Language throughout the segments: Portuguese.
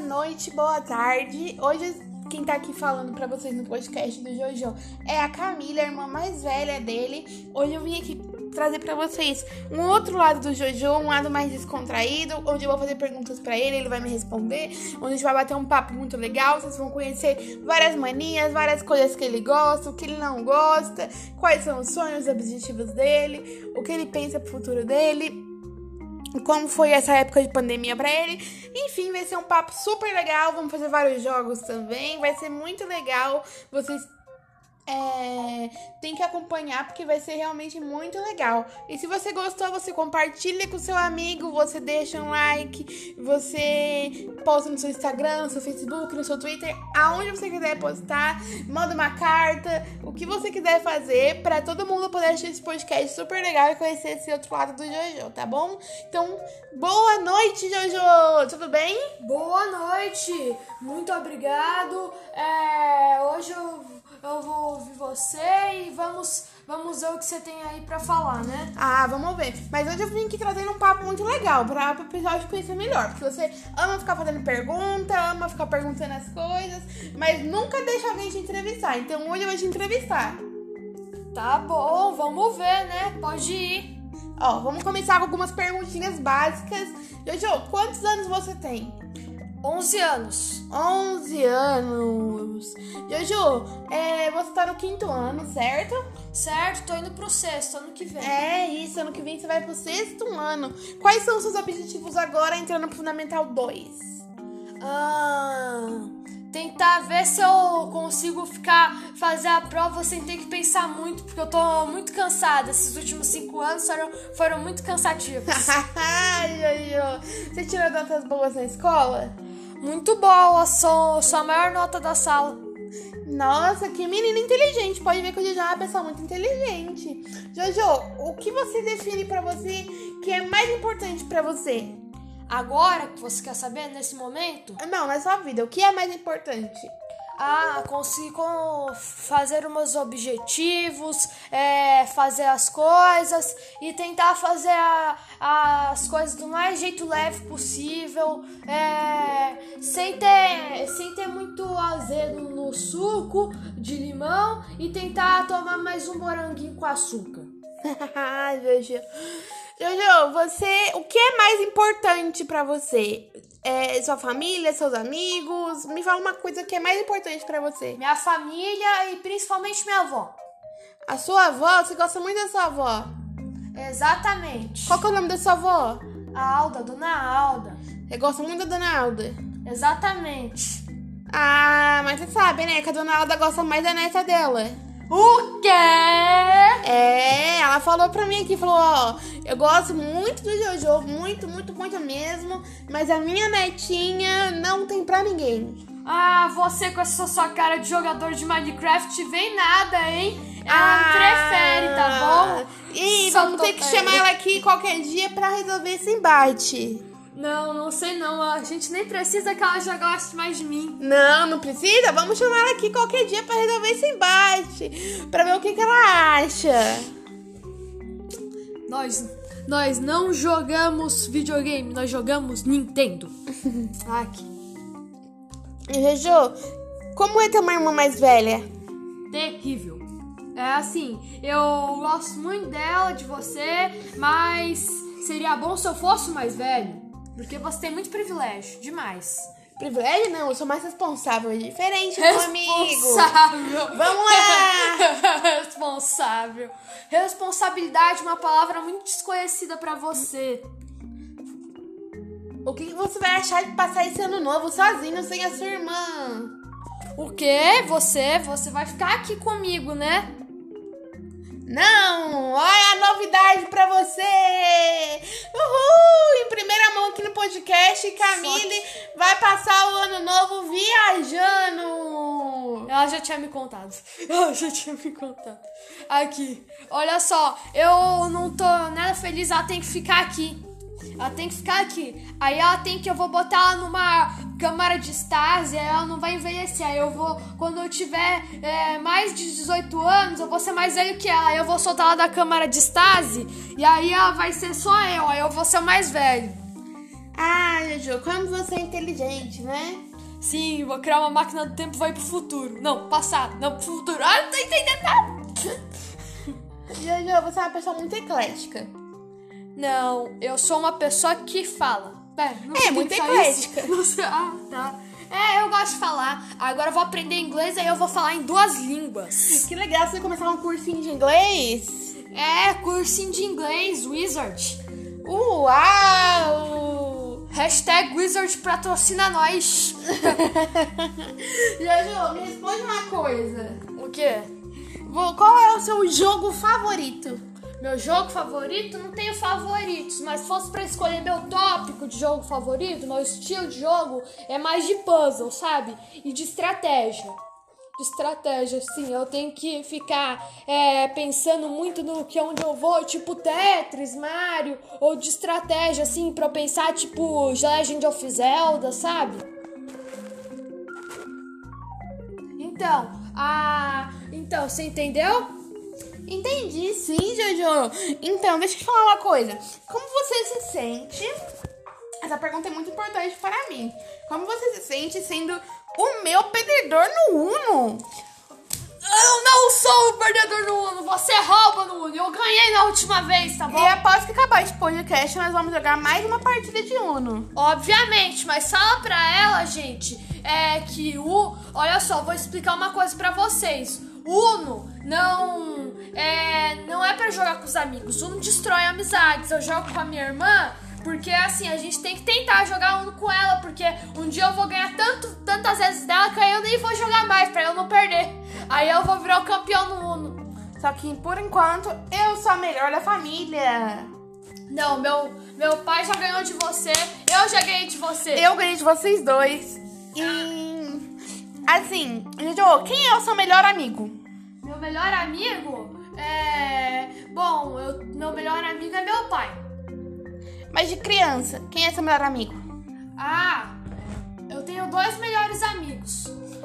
noite, boa tarde. Hoje quem tá aqui falando pra vocês no podcast do Jojo é a Camila, a irmã mais velha dele. Hoje eu vim aqui trazer pra vocês um outro lado do Jojo, um lado mais descontraído, onde eu vou fazer perguntas pra ele, ele vai me responder, onde a gente vai bater um papo muito legal, vocês vão conhecer várias manias, várias coisas que ele gosta, o que ele não gosta, quais são os sonhos, os objetivos dele, o que ele pensa pro futuro dele como foi essa época de pandemia pra ele. Enfim, vai ser um papo super legal. Vamos fazer vários jogos também. Vai ser muito legal. Vocês é, têm que acompanhar porque vai ser realmente muito legal. E se você gostou, você compartilha com seu amigo, você deixa um like, você posta no seu Instagram, no seu Facebook, no seu Twitter, aonde você quiser postar, manda uma carta, o que você quiser fazer pra todo mundo poder assistir esse podcast super legal e conhecer esse outro lado do Jojo, tá bom? Então, boa noite, Jojo! Tudo bem? Boa noite, muito obrigado. É, hoje eu, eu vou ouvir você e vamos, vamos ver o que você tem aí pra falar, né? Ah, vamos ver. Mas hoje eu vim aqui trazendo um papo muito legal pra o pessoal te conhecer melhor. Porque você ama ficar fazendo pergunta, ama ficar perguntando as coisas, mas nunca deixa alguém te entrevistar. Então hoje eu vou te entrevistar. Tá bom, vamos ver, né? Pode ir. Ó, vamos começar com algumas perguntinhas básicas. Jojo, quantos anos você tem? 11 anos. 11 anos. Jojo, é, você tá no quinto ano, certo? Certo, tô indo pro sexto ano que vem. É isso, ano que vem você vai pro sexto ano. Quais são os seus objetivos agora entrando pro Fundamental 2? Ah, tentar ver se eu consigo ficar fazer a prova sem ter que pensar muito, porque eu tô muito cansada. Esses últimos cinco anos foram, foram muito cansativos. Jojo, você tirou notas boas na escola? muito boa, sou, sou a maior nota da sala. Nossa, que menina inteligente. Pode ver que o Jojo é uma pessoa muito inteligente. Jojo, o que você define pra você que é mais importante pra você? Agora que você quer saber, nesse momento, Não, na sua vida, o que é mais importante? ah, consigo fazer os meus objetivos, é, fazer as coisas e tentar fazer a- as coisas do mais jeito leve possível, é, sem, ter, sem ter muito azedo no suco de limão e tentar tomar mais um moranguinho com açúcar. Jojo. Jojo, você, o que é mais importante pra você? É sua família, seus amigos? Me fala uma coisa que é mais importante pra você. Minha família e principalmente minha avó. A sua avó, você gosta muito da sua avó. Exatamente. Qual que é o nome da sua avó? A Alda, dona Alda. Você gosta muito da Dona Alda? Exatamente. Ah, mas você sabe, né, que a Dona Alda gosta mais da neta dela. O quê? É, ela falou pra mim aqui, falou, ó, eu gosto muito do Jojo, muito, muito, muito mesmo, mas a minha netinha não tem pra ninguém. Ah, você com essa sua cara de jogador de Minecraft vem nada, hein? Ela Ah, me prefere, tá bom? E Só vamos tô ter que vendo. chamar ela aqui qualquer dia pra resolver esse embate. Não, não sei não. A gente nem precisa que ela já goste mais de mim. Não, não precisa? Vamos chamar ela aqui qualquer dia pra resolver esse embate. Pra ver o que, que ela acha. Nós, nós não jogamos videogame, nós jogamos Nintendo. Aqui. Jojo, como é ter uma irmã mais velha? terrível. É assim, eu gosto muito dela, de você, mas seria bom se eu fosse mais velho. Porque você tem muito privilégio, demais. Privilégio não, eu sou mais responsável. É diferente, meu amigo. Responsável. Vamos lá! Responsável. Responsabilidade, uma palavra muito desconhecida pra você. O que, que você vai achar de passar esse ano novo sozinho, sem a sua irmã? O quê? Você, você vai ficar aqui comigo, né? Não! Olha a novidade pra você! Uhul! Em primeira mão aqui no podcast, Camille vai passar o ano novo viajando! Ela já tinha me contado. Ela já tinha me contado. Aqui. Olha só, eu não tô nada feliz, ela tem que ficar aqui. Ela tem que ficar aqui. Aí ela tem que. Eu vou botar ela numa câmara de estase, aí ela não vai envelhecer. Aí eu vou. Quando eu tiver é, mais de 18 anos, eu vou ser mais velho que ela. Aí eu vou soltar ela da câmara de estase. E aí ela vai ser só eu. Aí eu vou ser o mais velho. Ah, Jojo, como você é inteligente, né? Sim, vou criar uma máquina do tempo, vai pro futuro. Não, passado, não pro futuro. Ah, não tô entendendo nada. Jojo, você é uma pessoa muito eclética. Não, eu sou uma pessoa que fala. É, não É, sei muito que falar isso. eclética. Não sei- Ah, tá. É, eu gosto de falar. Agora eu vou aprender inglês, aí eu vou falar em duas línguas. Que legal você começar um cursinho de inglês. É, cursinho de inglês, Wizard. Uau! Hashtag Wizard patrocina nós. Jojo, me responde uma coisa. O quê? Vo- Qual é o seu jogo favorito? Meu jogo favorito? Não tenho favoritos, mas se fosse pra escolher meu tópico de jogo favorito, meu estilo de jogo é mais de puzzle, sabe? E de estratégia. De estratégia, sim. Eu tenho que ficar é, pensando muito no que é onde eu vou, tipo Tetris, Mario, ou de estratégia, assim, pra eu pensar, tipo, Legend of Zelda, sabe? Então, ah. Então, você entendeu? Entendi, sim, Jojo. Então, deixa eu te falar uma coisa. Como você se sente? Essa pergunta é muito importante para mim. Como você se sente sendo o meu perdedor no Uno? Eu não sou o perdedor no Uno, você é rouba no Uno. Eu ganhei na última vez, tá bom? E após que acabar esse podcast, nós vamos jogar mais uma partida de Uno. Obviamente, mas fala pra ela, gente, é que o. Olha só, vou explicar uma coisa pra vocês. Uno não é, não é pra jogar com os amigos. Uno destrói amizades. Eu jogo com a minha irmã porque assim a gente tem que tentar jogar Uno com ela porque um dia eu vou ganhar tanto tantas vezes dela que aí eu nem vou jogar mais pra eu não perder. Aí eu vou virar o campeão no Uno. Só que, por enquanto, eu sou a melhor da família. Não, meu, meu pai já ganhou de você, eu já ganhei de você. Eu ganhei de vocês dois. E... Assim, Jojo, quem é o seu melhor amigo? Meu melhor amigo é. Bom, eu- meu melhor amigo é meu pai. Mas de criança, quem é seu melhor amigo? Ah, eu tenho dois melhores amigos.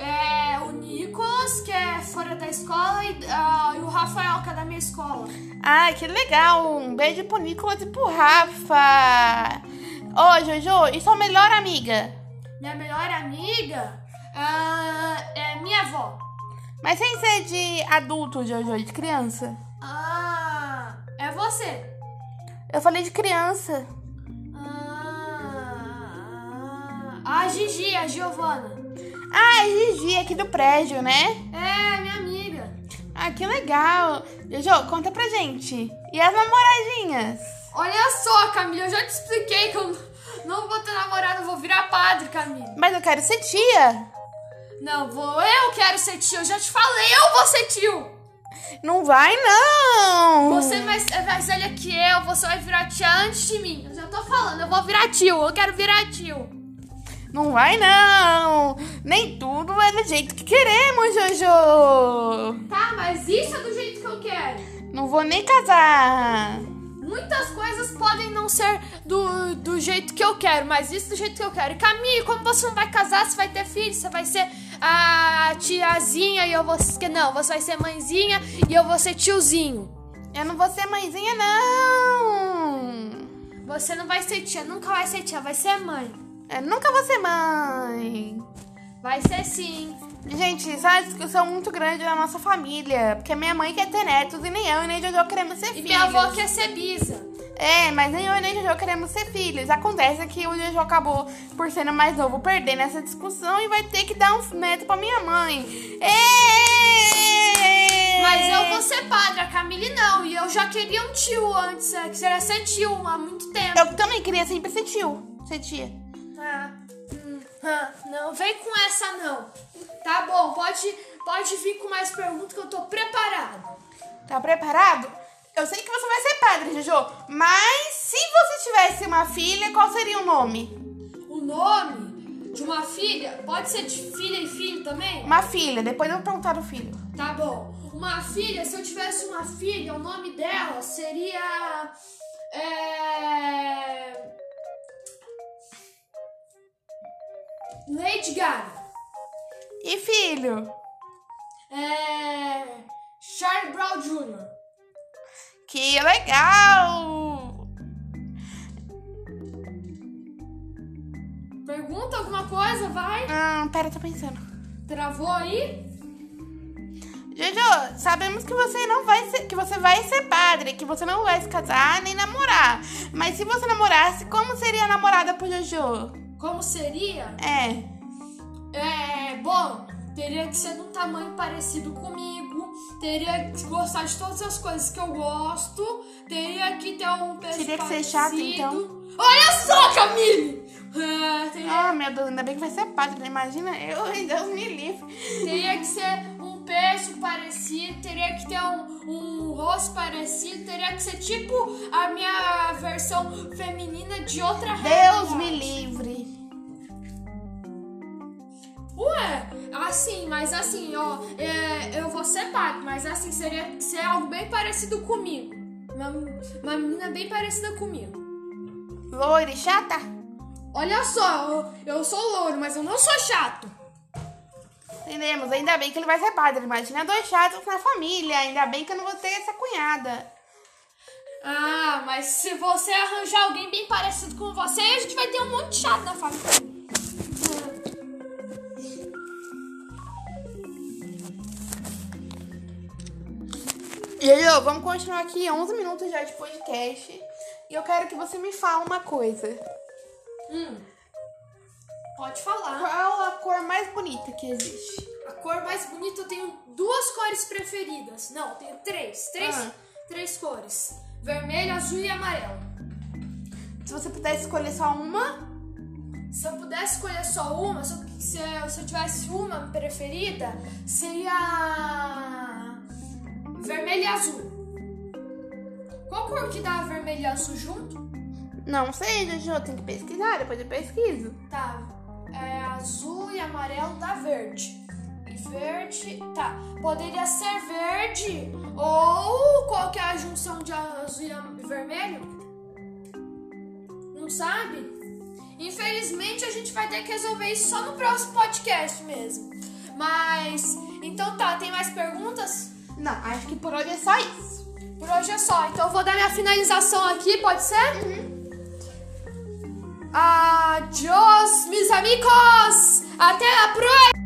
É o Nicolas, que é fora da escola, e, ah, e o Rafael, que é da minha escola. Ai, que legal! Um beijo pro Nicolas e pro Rafa! Ô, Jojo, e sua melhor amiga? Minha melhor amiga ah, é minha avó. Mas sem ser de adulto, Jojo, de criança. Ah, é você. Eu falei de criança. Ah, a Gigi, a Giovana. Ah, é Gigi, aqui do prédio, né? É, minha amiga. Ah, que legal! Jojo, conta pra gente. E as namoradinhas? Olha só, Camila, eu já te expliquei que eu não vou ter namorado, eu vou virar padre, Camila. Mas eu quero ser tia. Não, vou, eu quero ser tio, eu já te falei, eu vou ser tio. Não vai, não! Você é mais, é mais velha que eu, você vai virar tia antes de mim. Eu já tô falando, eu vou virar tio, eu quero virar tio. Não vai, não! Nem tudo é do jeito que queremos, Jojo! Tá, mas isso é do jeito que eu quero. Não vou nem casar! Muitas coisas podem não ser do, do jeito que eu quero, mas isso é do jeito que eu quero. E Camille, como você não vai casar, você vai ter filho, você vai ser a tiazinha e eu vou ser. Não, você vai ser mãezinha e eu vou ser tiozinho. Eu não vou ser mãezinha, não! Você não vai ser tia, nunca vai ser tia, vai ser mãe. Eu nunca vou ser mãe! Vai ser sim. Gente, isso é uma discussão muito grande na nossa família. Porque minha mãe quer ter netos e nem eu e nem Jojo queremos ser E filhos. minha avó quer ser bisa. É, mas nem eu e nem Jojo queremos ser filhos. Acontece que o Jojo acabou, por sendo mais novo, perdendo essa discussão e vai ter que dar um neto pra minha mãe. Ê! Mas eu vou ser padre, a Camille não. E eu já queria um tio antes, eu queria ser tio há muito tempo. Eu também queria sempre ser tio. Ser tia. Ah, hum, ah, não, vem com essa não. Tá bom, pode, pode vir com mais perguntas que eu tô preparado. Tá preparado? Eu sei que você vai ser padre, Jojo. Mas se você tivesse uma filha, qual seria o nome? O nome de uma filha, pode ser de filha e filho também? Uma filha. Depois eu vou perguntar o filho. Tá bom. Uma filha, se eu tivesse uma filha, o nome dela seria. É. Lady Gaga. E filho? É. Charlie Brown Jr. Que legal! Pergunta alguma coisa? casa, vai. Ah, pera, tô pensando. Travou aí? Jojo, sabemos que você não vai ser, que você vai ser padre, que você não vai se casar nem namorar. Mas se você namorasse, como seria a namorada pro Jojo? Como seria? É. É, bom, teria que ser de um tamanho parecido comigo, teria que gostar de todas as coisas que eu gosto, teria que ter um peso Teria que ser parecido. chato, então. Olha só, Camille! É, teria, Ah, meu Deus, ainda bem que vai ser padre, né? imagina. Eu, ai, Deus me livre. teria que ser um peso parecido, teria que ter um, um rosto parecido, teria que ser tipo a minha versão feminina de outra Deus realidade. me livre. Ué, assim, mas assim, ó, é, eu vou ser padre, mas assim, seria ser algo bem parecido comigo. Uma, uma menina bem parecida comigo. Loira e chata? Olha só, eu, eu sou louro, mas eu não sou chato. Entendemos, ainda bem que ele vai ser padre. Imagina dois chatos na família. Ainda bem que eu não vou ter essa cunhada. Ah, mas se você arranjar alguém bem parecido com você, aí a gente vai ter um monte de chato na família. Jojo, vamos continuar aqui 11 minutos já de podcast. E eu quero que você me fale uma coisa. Hum. Pode falar. Qual a cor mais bonita que existe? A cor mais bonita eu tenho duas cores preferidas. Não, tenho três. Três, Ah. três cores. Vermelho, azul e amarelo. Se você pudesse escolher só uma, Se eu pudesse escolher só uma, se eu, se eu- se eu tivesse uma preferida, seria vermelho e azul. Qual cor que dá vermelho e azul junto? não sei, Jojo, tem que pesquisar, depois eu pesquiso. Tá, é, azul e amarelo dá verde. E verde, tá, poderia ser verde ou qual que é a junção de azul e am- vermelho? Não sabe? Infelizmente a gente vai ter que resolver isso só no próximo podcast mesmo. Mas então tá, tem mais perguntas? Não, acho que por hoje é só isso. Por hoje é só. Então eu vou dar minha finalização aqui, pode ser? Adiós, meus amigos! Até a próxima!